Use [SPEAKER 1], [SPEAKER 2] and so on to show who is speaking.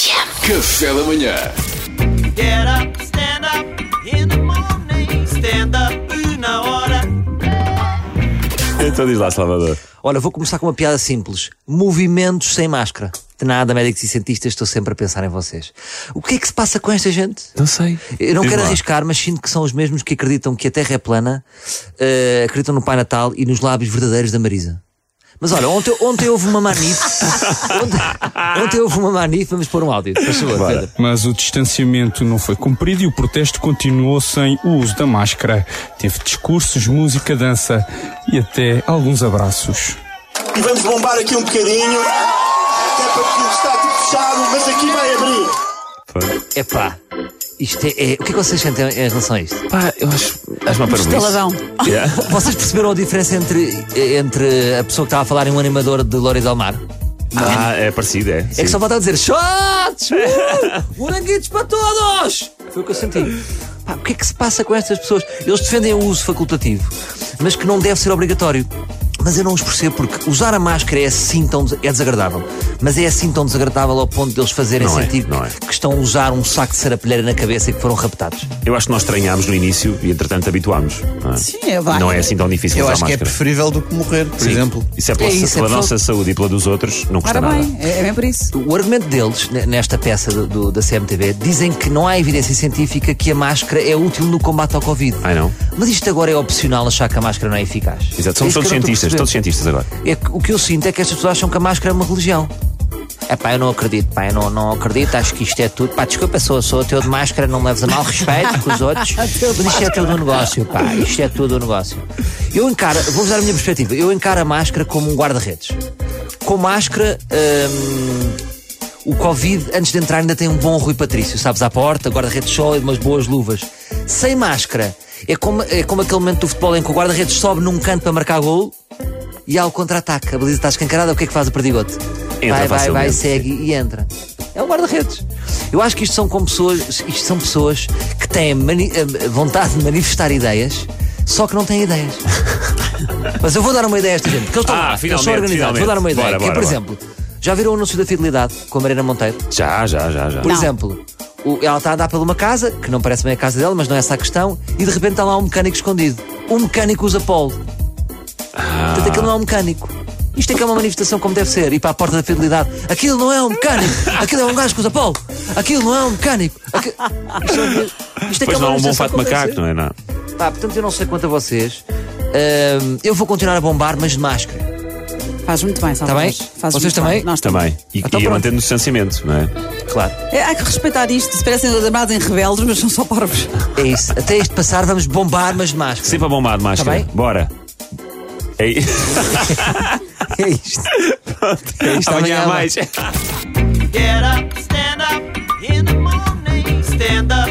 [SPEAKER 1] Café da manhã.
[SPEAKER 2] Get up, stand up in the morning. Stand up na hora.
[SPEAKER 3] Então diz lá, Salvador.
[SPEAKER 4] Olha, vou começar com uma piada simples. Movimentos sem máscara. De nada, médicos e cientistas, estou sempre a pensar em vocês. O que é que se passa com esta gente?
[SPEAKER 3] Não sei.
[SPEAKER 4] Eu não
[SPEAKER 3] Diz
[SPEAKER 4] quero
[SPEAKER 3] lá.
[SPEAKER 4] arriscar, mas sinto que são os mesmos que acreditam que a Terra é plana, eh, acreditam no Pai Natal e nos lábios verdadeiros da Marisa. Mas olha, ontem, ontem houve uma manife. ontem, ontem houve uma manife, vamos pôr um áudio. Faz favor, Pedro.
[SPEAKER 5] Mas o distanciamento não foi cumprido e o protesto continuou sem o uso da máscara. Teve discursos, música, dança e até alguns abraços.
[SPEAKER 6] E vamos bombar aqui um bocadinho. Que é para aquilo que está tipo fechado, mas aqui vai abrir.
[SPEAKER 4] Epá, isto é, é- O que é que vocês sentem em relação a isto?
[SPEAKER 3] Pá, eu acho. Acho uma parvoíce.
[SPEAKER 7] Estaladão.
[SPEAKER 3] Yeah.
[SPEAKER 4] Vocês perceberam a diferença entre, entre a pessoa que estava a falar e um animador de Loura del Mar?
[SPEAKER 3] Ah, é parecido, é.
[SPEAKER 4] É que só falta dizer shots! Uh! Moranguitos para todos! Foi o que eu senti. Pá, o que é que se passa com estas pessoas? Eles defendem o uso facultativo, mas que não deve ser obrigatório. Mas eu não os percebo porque usar a máscara é assim tão des- é desagradável. Mas é assim tão desagradável ao ponto de eles fazerem
[SPEAKER 3] Não é,
[SPEAKER 4] sentir
[SPEAKER 3] não é.
[SPEAKER 4] que estão a usar um saco de sarapilheira na cabeça e que foram raptados.
[SPEAKER 3] Eu acho que nós estranhámos no início e entretanto habituámos. não é?
[SPEAKER 7] Sim, é vá.
[SPEAKER 3] Não é assim tão difícil
[SPEAKER 8] Eu
[SPEAKER 3] usar
[SPEAKER 8] acho que é
[SPEAKER 3] máscara.
[SPEAKER 8] preferível do que morrer, por
[SPEAKER 3] Sim.
[SPEAKER 8] exemplo.
[SPEAKER 3] Isso é pela,
[SPEAKER 4] É isso,
[SPEAKER 3] pela
[SPEAKER 4] é
[SPEAKER 3] nossa saúde e pela dos outros, não custa
[SPEAKER 7] Ora
[SPEAKER 3] nada.
[SPEAKER 7] bem, é, é bem por isso.
[SPEAKER 4] O argumento deles, ne- nesta peça do- do- da CMTV, dizem que não há evidência científica que a máscara é útil no combate ao Covid.
[SPEAKER 3] Ai, não?
[SPEAKER 4] Mas isto agora é opcional achar que a máscara não é eficaz.
[SPEAKER 3] Exato,
[SPEAKER 4] É
[SPEAKER 3] somos
[SPEAKER 4] isso
[SPEAKER 3] todos
[SPEAKER 4] que eu não estou a
[SPEAKER 3] cientistas,
[SPEAKER 4] perceber.
[SPEAKER 3] todos cientistas agora.
[SPEAKER 4] É que o que eu sinto é que estas pessoas acham que a máscara é uma religião. É pá, eu não acredito, pá, eu não, não acredito, acho que isto é tudo. Pá, desculpa, sou, sou ateu de máscara, não me leves a mal, respeito com os outros, mas isto é tudo um negócio, pá, isto é tudo um negócio. Eu encaro, vou-vos dar a minha perspectiva, eu encaro a máscara como um guarda-redes. Com máscara, hum, o Covid, antes de entrar, ainda tem um bom Rui Patrício, sabes, à porta, guarda-redes sólido, umas boas luvas. Sem máscara, é como, é como aquele momento do futebol em que o guarda-redes sobe num canto para marcar gol e há o contra-ataque. A baliza está escancarada, o que é que faz o perdigote?
[SPEAKER 3] Entra
[SPEAKER 4] vai, vai, vai,
[SPEAKER 3] facilmente,
[SPEAKER 4] segue e entra. É um guarda-redes. Eu acho que isto são como pessoas, isto são pessoas que têm mani- a vontade de manifestar ideias, só que não têm ideias. Mas eu vou dar uma ideia a esta gente, porque eles estão
[SPEAKER 3] Ah,
[SPEAKER 4] lá, eles são
[SPEAKER 3] finalmente,
[SPEAKER 4] organizados.
[SPEAKER 3] finalmente.
[SPEAKER 4] Vou dar uma ideia,
[SPEAKER 3] Bora,
[SPEAKER 4] que é,
[SPEAKER 3] bora,
[SPEAKER 4] por
[SPEAKER 3] bora.
[SPEAKER 4] exemplo, já viram o anúncio da fidelidade com a Marina Monteiro?
[SPEAKER 3] Já, já, já, já.
[SPEAKER 4] Por exemplo, o- ela está a andar por uma casa, que não parece bem a casa dela, mas não é essa a questão, e de repente está lá um mecânico escondido. O mecânico usa polo. Portanto, aquilo não é um mecânico. Isto é que é uma manifestação como deve ser, e para a porta da fidelidade. Aquilo não é um mecânico, aquilo é um gajo que usa polo. Aquilo não é um mecânico. Aqui... Isto, é- isto é que é
[SPEAKER 3] Depois
[SPEAKER 4] uma
[SPEAKER 3] não há um bom
[SPEAKER 4] manifestação
[SPEAKER 3] fato de
[SPEAKER 4] como deve
[SPEAKER 3] macaco,
[SPEAKER 4] ser.
[SPEAKER 3] não é nada.
[SPEAKER 4] Pá, portanto, eu não sei quanto a vocês. Ahm, eu vou continuar a bombar, mas de máscara.
[SPEAKER 7] Faz muito bem, Salvador.
[SPEAKER 4] bem?
[SPEAKER 7] Fazes
[SPEAKER 4] Vocês
[SPEAKER 7] muito
[SPEAKER 4] também?
[SPEAKER 7] bem. Nós
[SPEAKER 3] Tá Também. E,
[SPEAKER 4] Então
[SPEAKER 3] e
[SPEAKER 4] pronto. Tá
[SPEAKER 3] mantendo o distanciamento, não é?
[SPEAKER 4] Claro.
[SPEAKER 7] É, há que respeitar isto. Se parecem lembrados em rebeldes, mas são só parvos.
[SPEAKER 4] É isso. Até este passar, vamos bombar, mas de máscara.
[SPEAKER 3] Sempre a bombar de máscara.
[SPEAKER 4] Tá bem?
[SPEAKER 3] Bora. É isto.
[SPEAKER 4] É isto. É isto
[SPEAKER 3] Amanhã há
[SPEAKER 4] amanhã.
[SPEAKER 3] mais.
[SPEAKER 2] Get up, stand up in the morning. Stand up.